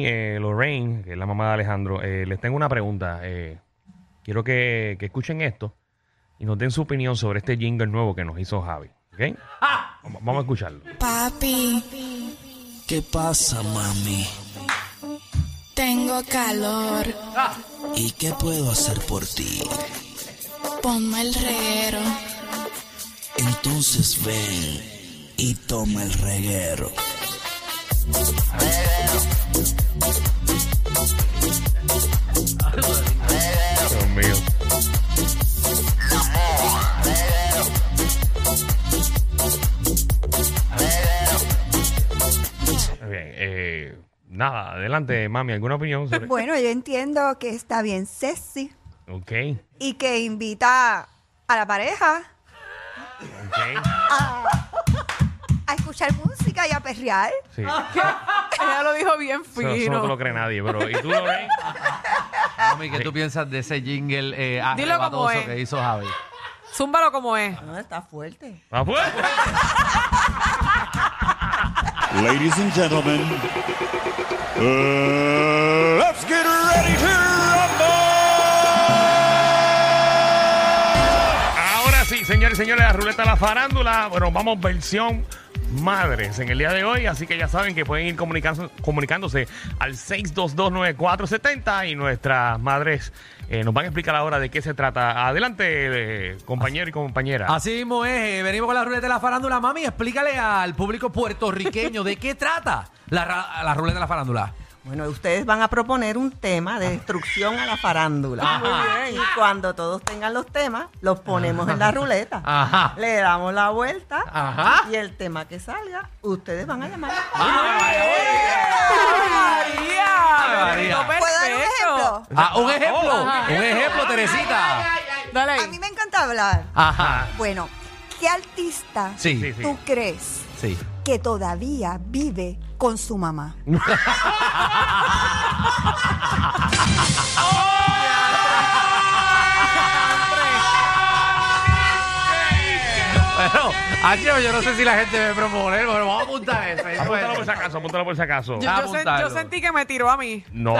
Eh, Lorraine, que es la mamá de Alejandro, eh, les tengo una pregunta. eh, quiero que, que escuchen esto y nos den su opinión sobre este jingle nuevo que nos hizo Javi. ¿ok? Vamos- Vamos a escucharlo. Papi, ¿Qué pasa, mami? tengo calor. ¿Y qué puedo hacer por ti? Ponme el reguero. Entonces ven y toma el reguero. Dios mío. Muy Bien, eh, nada, adelante, mami, ¿alguna opinión sobre Bueno, yo entiendo que está bien sexy Ok, y que invita a la pareja ok. a escuchar música y a perrear. Sí, Ella lo dijo bien eso, eso no te lo fino. cree nadie, pero ¿y tú, Lorraine? Mami, ¿qué tú piensas de ese jingle eh, Dilo como arrebatoso es. que hizo Javi? Zúmbalo como es. No, está fuerte. ¡Ah, pues! Ladies and gentlemen, uh, let's get ready to rumble. Ahora sí, señores y señores, la ruleta de la farándula. Bueno, vamos versión madres en el día de hoy, así que ya saben que pueden ir comunicándose, comunicándose al 6229470 y nuestras madres eh, nos van a explicar ahora de qué se trata. Adelante, eh, compañero y compañera. Así mismo es, eh, venimos con la ruleta de la farándula. Mami, explícale al público puertorriqueño de qué trata la, ra- la ruleta de la farándula. Bueno, ustedes van a proponer un tema de destrucción a la farándula. Ajá. Y cuando todos tengan los temas, los ponemos en la ruleta. Ajá. Le damos la vuelta. Ajá. Y el tema que salga, ustedes van a llamar. ¡Ay, María! Perfecto. ¿Puedo dar un ejemplo? Ah, un ejemplo, Ajá. un ejemplo, Teresita. Dale A ahí. mí me encanta hablar. Ajá. Bueno, ¿qué artista Sí, Sí, sí. tú crees sí. que todavía vive con su mamá? Bueno, H, yo no sé si la gente me propone, pero vamos a apuntar eso. Apúntalo por si acaso, apúntalo por si acaso. Yo, yo sen- apuntarlo. yo sentí que me tiró a mí. No.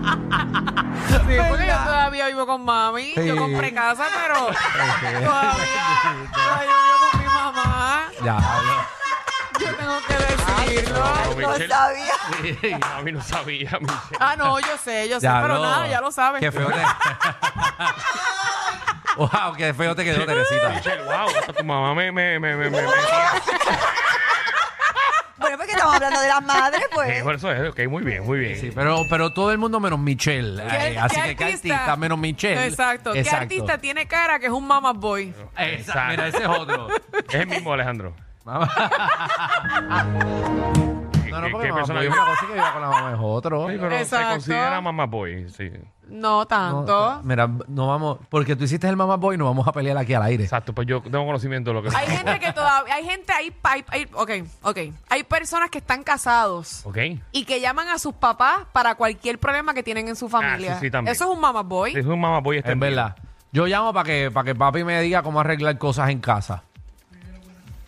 Sí, porque yo todavía vivo con mami. Sí. Yo compré casa, pero todavía todavía vivo con mi mamá. Ya, ya. Yo tengo que decirlo. Pero No Michelle, sabía. a mí no sabía, Michelle. Ah, no, yo sé, yo sé, pero Diablo. nada, ya lo saben. Qué feo te. wow, qué feo te quedó, Teresita. Michelle, wow, hasta tu mamá me... me, me, me, me- me- Bueno, porque estamos hablando de las madres, Eh, pues. por eso es, ok, muy bien, muy bien. Sí, pero, pero todo el mundo menos Michelle. Eh, así que qué artista menos Michelle. Exacto. ¿Qué artista tiene cara que es un mama boy? Exacto. Mira, ese es otro. Es el mismo, Alejandro. No, no, ¿Qué- porque qué mamá persona Boy es vive? una cosa y que viva con la mamá es otro. Sí, pero se Exacto. considera mamá boy, sí. No No, tanto. mira, no vamos, porque tú hiciste el mamá boy, no vamos a pelear aquí al aire. Exacto, pues yo tengo conocimiento de lo que Hay gente que todavía, hay gente, hay, hay, hay- ok, ok. Hay personas que están casados ¿Ok? y que llaman a sus papás para cualquier problema que tienen en su familia. sí, sí, también. Eso es un mama boy. Es un mamá boy este Es extendido. verdad. Yo llamo para que, para que papi me diga cómo arreglar cosas en casa.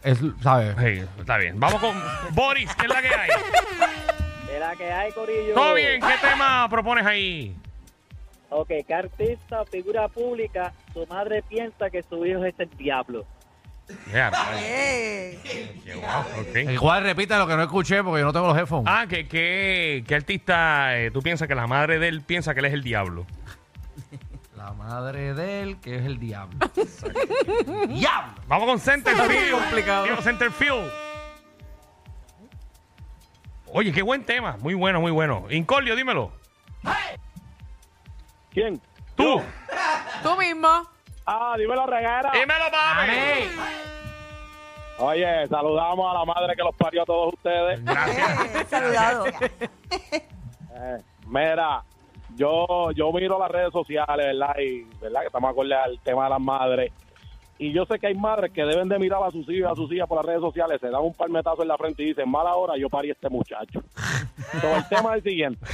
Es, ¿Sabes? Sí, está bien. Vamos con Boris, ¿qué es la que hay? De la que hay, Corillo. Todo bien, ¿qué tema propones ahí? Ok, que artista o figura pública, su madre piensa que su hijo es el diablo. Ya, vale. Eh, Ok. Igual repita lo que no escuché porque yo no tengo los headphones. Ah, ¿qué, qué, qué artista eh, tú piensas que la madre de él piensa que él es el diablo? La madre de él, que es el diablo. ¡Diablo! Vamos con Centerfield. complicado. Digo Centerfield. Oye, qué buen tema. Muy bueno, muy bueno. Incolio, dímelo. ¿Quién? Tú. Tú mismo. Ah, dime la reguera. Dímelo, papi. Oye, saludamos a la madre que los parió a todos ustedes. Gracias. eh, saludado. Eh, mira, yo, yo miro las redes sociales, ¿verdad? Y, ¿verdad? Que estamos acorde al tema de las madres. Y yo sé que hay madres que deben de mirar a sus hijos y a sus hijas por las redes sociales, se dan un palmetazo en la frente y dicen, mala hora, yo parí a este muchacho. Sobre el tema es el siguiente.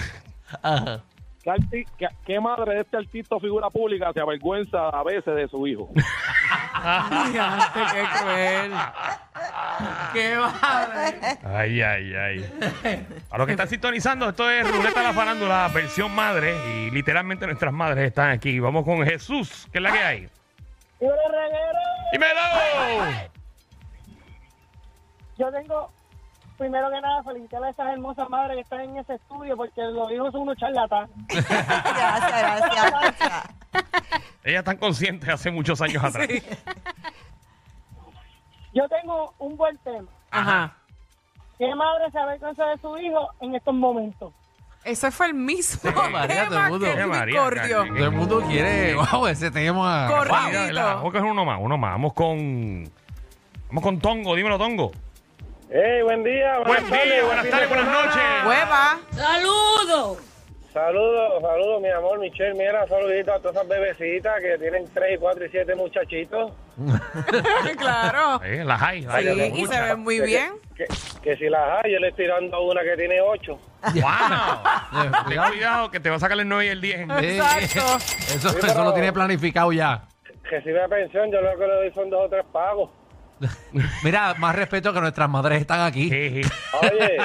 ¿Qué, arti- qué, qué madre de este artista o figura pública se avergüenza a veces de su hijo? Ay, qué cruel. ¡Qué madre! Ay, ay, ay. A los que están sintonizando, esto es Ruleta de la Farándula, versión madre. Y literalmente nuestras madres están aquí. Vamos con Jesús, que es la que hay. ¡Dímelo! Yo tengo, primero que nada, felicitar a esas hermosas madres que están en ese estudio porque los hijos son unos charlatanes. Gracias, gracias. Ellas están conscientes hace muchos años atrás. Yo tengo un buen tema. Ajá. ¿Qué madre se avergüenza de su hijo en estos momentos? Ese fue el mismo Sí, María, todo el tema mundo. que Sí, María, Unicordio. Carmen. Todo el mundo quiere. ¡Wow! Ese tema. Corre. Wow. Mira, ¿verdad? Vamos a coger uno más, uno más. Vamos con. Vamos con Tongo, dímelo, Tongo. Hey, buen día. Buen día, buenas fin tardes, de buenas semana. noches. Hueva. ¡Saludos! Saludos, saludos, mi amor, Michelle. Mira, saluditos a todas esas bebecitas que tienen 3, 4 y 7 muchachitos. claro. Eh, las hay, las hay, Sí, las hay y se muchas. ve muy bien. Que, que si las hay, yo le estoy dando a una que tiene 8. ¡Wow! Eh, Ten cuidado. cuidado que te va a sacar el 9 y el 10. Eh, Exacto. Eso, eso lo tiene planificado ya. Que si me pensión, yo lo que le doy son dos o tres pagos. Mira, más respeto que nuestras madres están aquí. Sí, sí. Oye,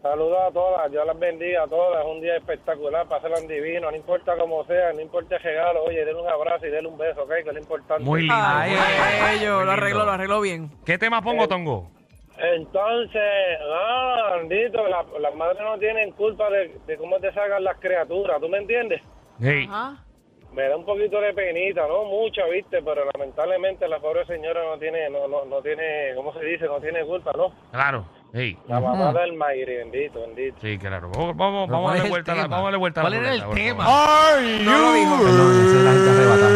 saludos a todas, Dios las bendiga a todas. Es un día espectacular, pásenla en divino, no importa cómo sea, no importa el regalo. Oye, denle un abrazo y denle un beso, ¿ok? Que es lo importante. Muy lindo. Ay, muy lindo, qué muy bello. Eh, Lo lindo. arreglo, lo arreglo bien. ¿Qué tema pongo, Tongo? Entonces, ah, Andito, la- las madres no tienen culpa de, de cómo te sacan las criaturas, ¿tú me entiendes? Hey. Ajá. Me da un poquito de penita, no mucha, viste, pero lamentablemente la pobre señora no tiene, no, no, no tiene, ¿cómo se dice? No tiene culpa, ¿no? Claro. Hey. La mamá del Mayri, bendito, bendito. Sí, claro. Vamos, vamos, Pero vamos a darle ¿cuál es el vuelta a la, tema? vamos a darle vuelta a la ¿Cuál era ruleta, el por favor. tema? Are you Perdón, esa es la gente arrebatada.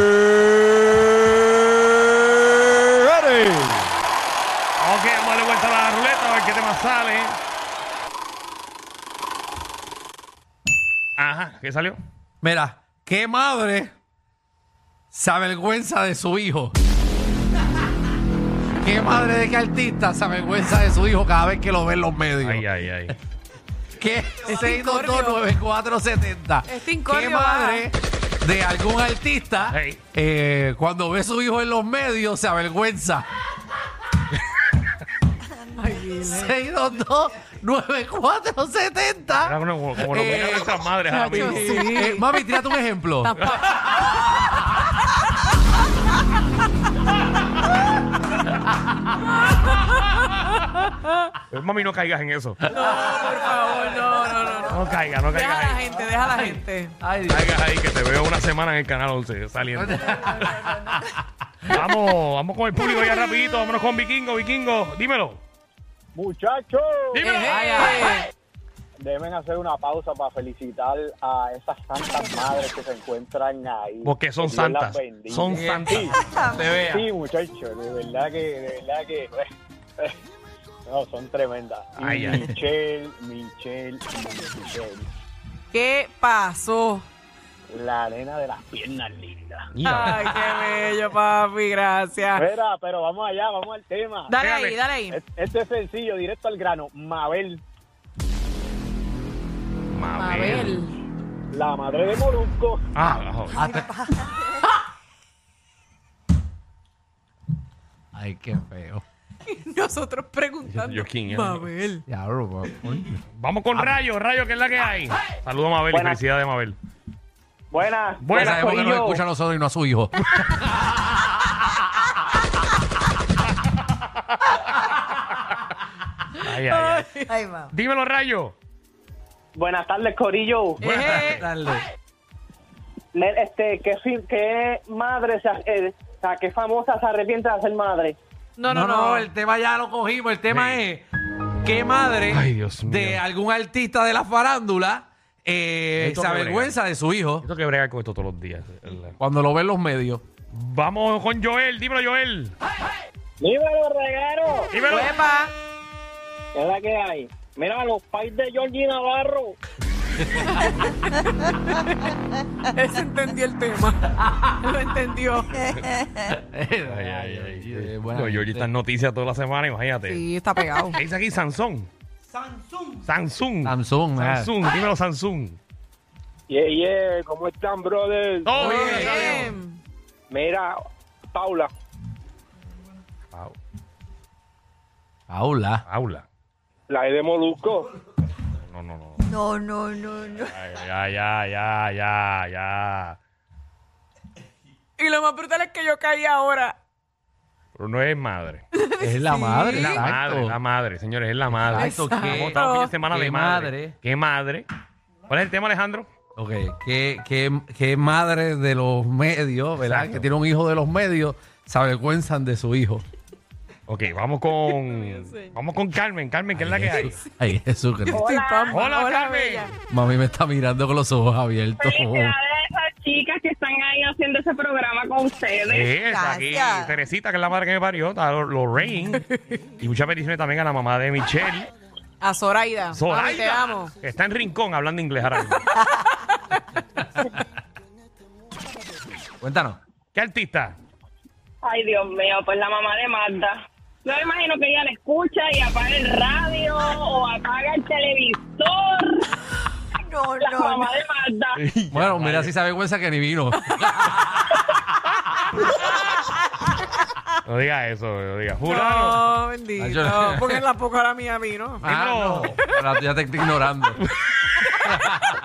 ready? Ok, vamos a darle vuelta a la ruleta a ver qué tema sale. Ajá, ¿qué salió? Mira, qué madre se avergüenza de su hijo. ¿Qué madre de qué artista se avergüenza de su hijo cada vez que lo ven los medios? Ay, ay, ay. ¿Qué? incordio. 6229470. Este incordio ¿Qué madre de algún artista Hey. eh, cuando ve a su hijo en los medios se avergüenza? 6229470. Era como, como nos ven a Eh, nuestras madres ahora mismo. sí. Eh, mami, tírate un ejemplo. Eh, Mami, no caigas en eso. No, por favor, no, no, no. no. No caigas, no Deja a caigas la ahí. gente, deja a la gente. Ay, Dios. Caigas ahí que te veo una semana en el canal 11 saliendo. vamos, vamos con el público ya rapidito. Vámonos con Vikingo, Vikingo. Dímelo. Muchachos, Dímelo. Ay, ay. deben hacer una pausa para felicitar a esas santas madres que se encuentran ahí. Porque son Que Dios las santas. bendiga. Son santas. Te vea. Sí, muchachos, de verdad que, de verdad que. No, son tremendas. Y Ay, ay. Michelle, Michelle, Michelle. ¿Qué pasó? La nena de las piernas lindas. Mira. Ay, Ah. qué bello, papi, Pues, gracias. Espera, pero vamos allá, vamos al tema. Dale Pégale. ahí, dale ahí. Es- Esto es sencillo, directo al grano. Mabel, Mabel. Mabel. la madre de Molusco. Ah, joder. Ay, qué feo. Nosotros preguntando. Yo, ¿quién era? Mabel. Diablo, pues, po- coño. Vamos con Rayo, Rayo, que es la que hay. Saludos, Mabel, y Buenas. felicidades, Mabel. Buenas. Ya Buenas, sabemos que nos corillo. escucha a nosotros y no a su hijo. Ay, ay, ay. Ay, mamá. Dímelo, Rayo. Buenas tardes, Corillo. Buenas Eh, Dale. Me- Este, ¿qué, fi- qué madre se, eh, o sea, qué famosa se arrepiente de ser madre? No, No, no, no, no. el tema ya lo cogimos. El tema Sí. es qué madre Ay, Dios de mío. algún artista de la farándula eh, Esto se me avergüenza de su hijo Esto que bregar con esto todos los días. ¿verdad? cuando lo ven los medios. Vamos con Joel, dímelo, Joel. ¡Dímelo, reguero! Dímelo. Hueva. ¿Qué es la que hay? Mira, los pais de Georgie Navarro. Él se entendió el tema. Lo entendió. Ay, ay, ay. Eh, buena Yo, yo gente. ahorita en noticias toda la semana, imagínate. Sí, está pegado. ¿Qué dice aquí? Samsung. Samsung. Samsung. Samsung, ah. man. Samsung, dímelo, Samsung. Yeah, yeah, ¿cómo están, brother? Todo bien, Bien. gracias a Dios. Mira, Paula, Wow. Paula. Paula. La E de Molusco. No, no, no. No, no, no, no. Ay, Ya, ya, ya, ya, ya. Y lo más brutal es que yo caí ahora. Pero no es madre. Es la madre. La exacto. madre, la madre, señores, es la madre. Exacto, qué- Hemos estado fin de semana qué de madre. madre. ¿Qué madre? ¿Cuál es el tema, Alejandro? Ok, que, que, que madre de los medios, ¿verdad? Exacto. Que tiene un hijo de los medios, se avergüenzan de su hijo. Ok, vamos con. vamos con Carmen. Carmen, que es la que hay. Ay, Jesucristo. Estoy pamba. Hola, Carmen. bella. Mami me está mirando con los ojos abiertos. Felicidades a esas chicas que están ahí haciendo ese programa con ustedes. Sí, está aquí Gracias. Teresita, que es la madre que me parió, está Lo- Lorraine. y muchas bendiciones también a la mamá de Michelle. A Zoraida. Mami, te Zoraida, amo. que está en rincón hablando inglés ahora mismo. Cuéntanos. ¿Qué artista? Ay, Dios mío, pues la mamá de Magda. Yo me imagino que ella la escucha y apaga el radio o apaga el televisor. No, La no, no. mamá de Magda. Bueno, mira si se avergüenza que ni vino. No diga eso, no diga. Fulano. No, Ay, Oh, bendito. yo- Porque la poca la mía vino. Ah, no. Ahora tú ya te estoy ignorando.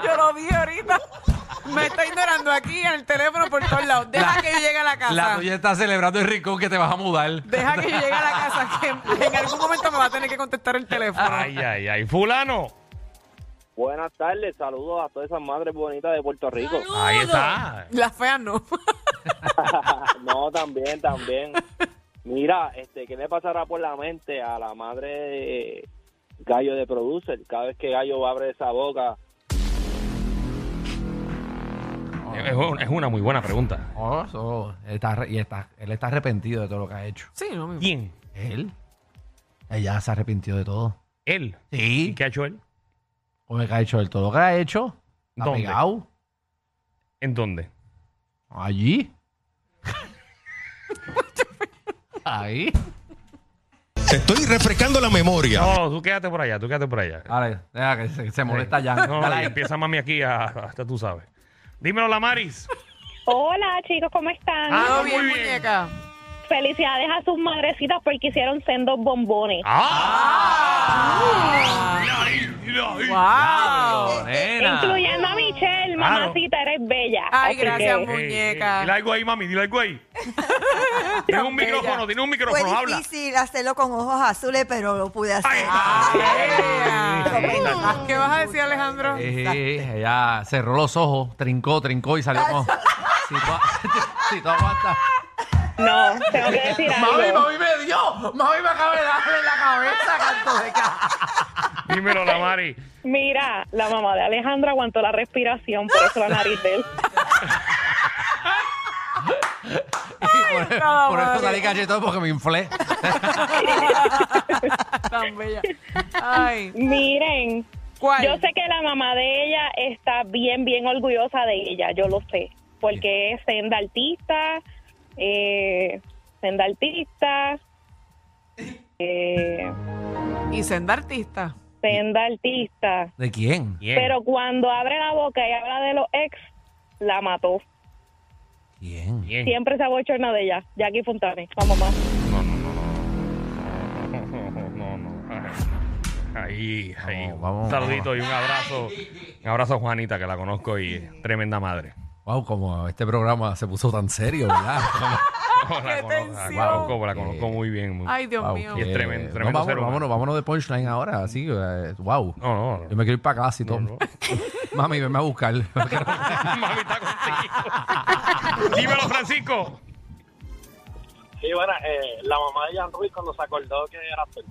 Yo lo vi ahorita. Me está ignorando aquí en el teléfono por todos lados. Deja La- que yo llegue a la casa. La tuya está celebrando el rincón que te vas a mudar. Deja que yo llegue a la casa, que en algún momento me va a tener que contestar el teléfono. Ay, ay, ay. Fulano. Buenas tardes, saludos a todas esas madres bonitas de Puerto Rico. Ahí está. Las feas no. no, también, también. Mira, este, ¿qué le pasará por la mente a la madre de Gallo de producer? Cada vez que Gallo abre esa boca, Es un- es una muy buena pregunta. Oh, eso- él está arre- y está, él está arrepentido de todo lo que ha hecho. Sí, no, mi ¿Quién? Él. Ella se arrepintió de todo. Él. ¿Y Sí. qué ha hecho él? O que ha hecho él todo lo que ha hecho. Ha ¿Dónde? pegado. ¿En dónde? Allí. Ahí. Estoy refrescando la memoria. No, tú quédate por allá, tú quédate por allá. Dale, deja que se, se molesta ya. No, no, y empieza mami aquí a- hasta tú sabes. Dímelo, la Maris. Hola, chicos, ¿cómo están? Ah, Todo muy bien, bien. muñeca. Felicidades a sus madrecitas porque hicieron sendos bombones. Ah. Ah. ¡Wow! Diablo, nena. Incluyendo a Michelle, Claro. mamacita, eres bella. Ay, Así que- gracias, Ey, ey, muñeca. Dile algo ahí, mami, dile algo ahí. tiene un Bella. micrófono, tiene un Fue micrófono, habla. difícil hacerlo con ojos azules, pero lo pude hacer. Ay, Ah, Ay. ¿Qué vas a decir, Alejandro? Eh, ella cerró los ojos, trincó, trincó y salió como. si, tú, si tú aguantas. No, tengo que decir algo. mami me dio. Mami me acaba de darle en la cabeza, canto de cara. Dímelo, la Mari. Mira, la mamá de Alejandra aguantó la respiración, por eso la nariz de él. por, no, por madre. eso salí cachetón porque me inflé. Tan bella. Ay. Miren, ¿Cuál? yo sé que la mamá de ella está bien, bien orgullosa de ella, yo lo sé, porque es senda artista, eh, senda artista, eh, Y senda artista. senda artista. ¿De quién? Bien. Pero cuando abre la boca y habla de los ex, la mató. ¿Quién? Bien. Siempre se abochorna de ella, Jackie Fontane, la mamá. No, no. Ahí, ahí. Vamos, vamos, un saludito y un abrazo. Un abrazo a Juanita, que la conozco y es tremenda madre. Wow, como este programa se puso tan serio, ¿verdad? Como- la, conozco, la tensión! conozco, la Eh. conozco muy bien. muy- Ay, Dios wow, mío. Y es que- tremendo, No, tremendo ser vámonos, humano. vámonos, vámonos de punchline ahora, así, eh, wow. No, no, Yo no. me quiero ir para casa y todo. No, no. Mami, venme a buscar. Mami está contigo. Dímelo, Francisco. Sí, bueno, eh, la mamá de Jan Ruiz cuando se acordó que era actor.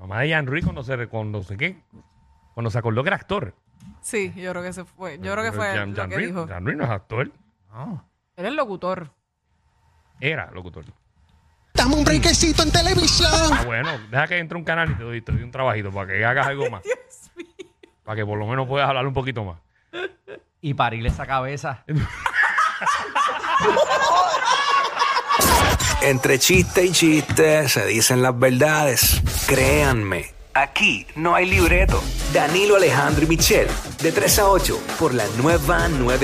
Mamá de Jan Ruiz cuando se, re- cuando se, ¿qué? Cuando se acordó que era actor. Sí, yo creo que se fue. Yo creo que Pero fue Jan, lo Jan que Ruiz, dijo. Jan Ruiz no es actor. No. Él es locutor. Era locutor. Dame un brequecito en televisión. Ah, bueno, deja que entre un canal y te doy, te doy un trabajito para que hagas algo más. Para que por lo menos puedas hablar un poquito más. Y parirle esa cabeza. Entre chiste y chiste se dicen las verdades. Créanme, aquí no hay libreto. Danilo Alejandro y Michelle, de 3 a 8, por la nueva 9.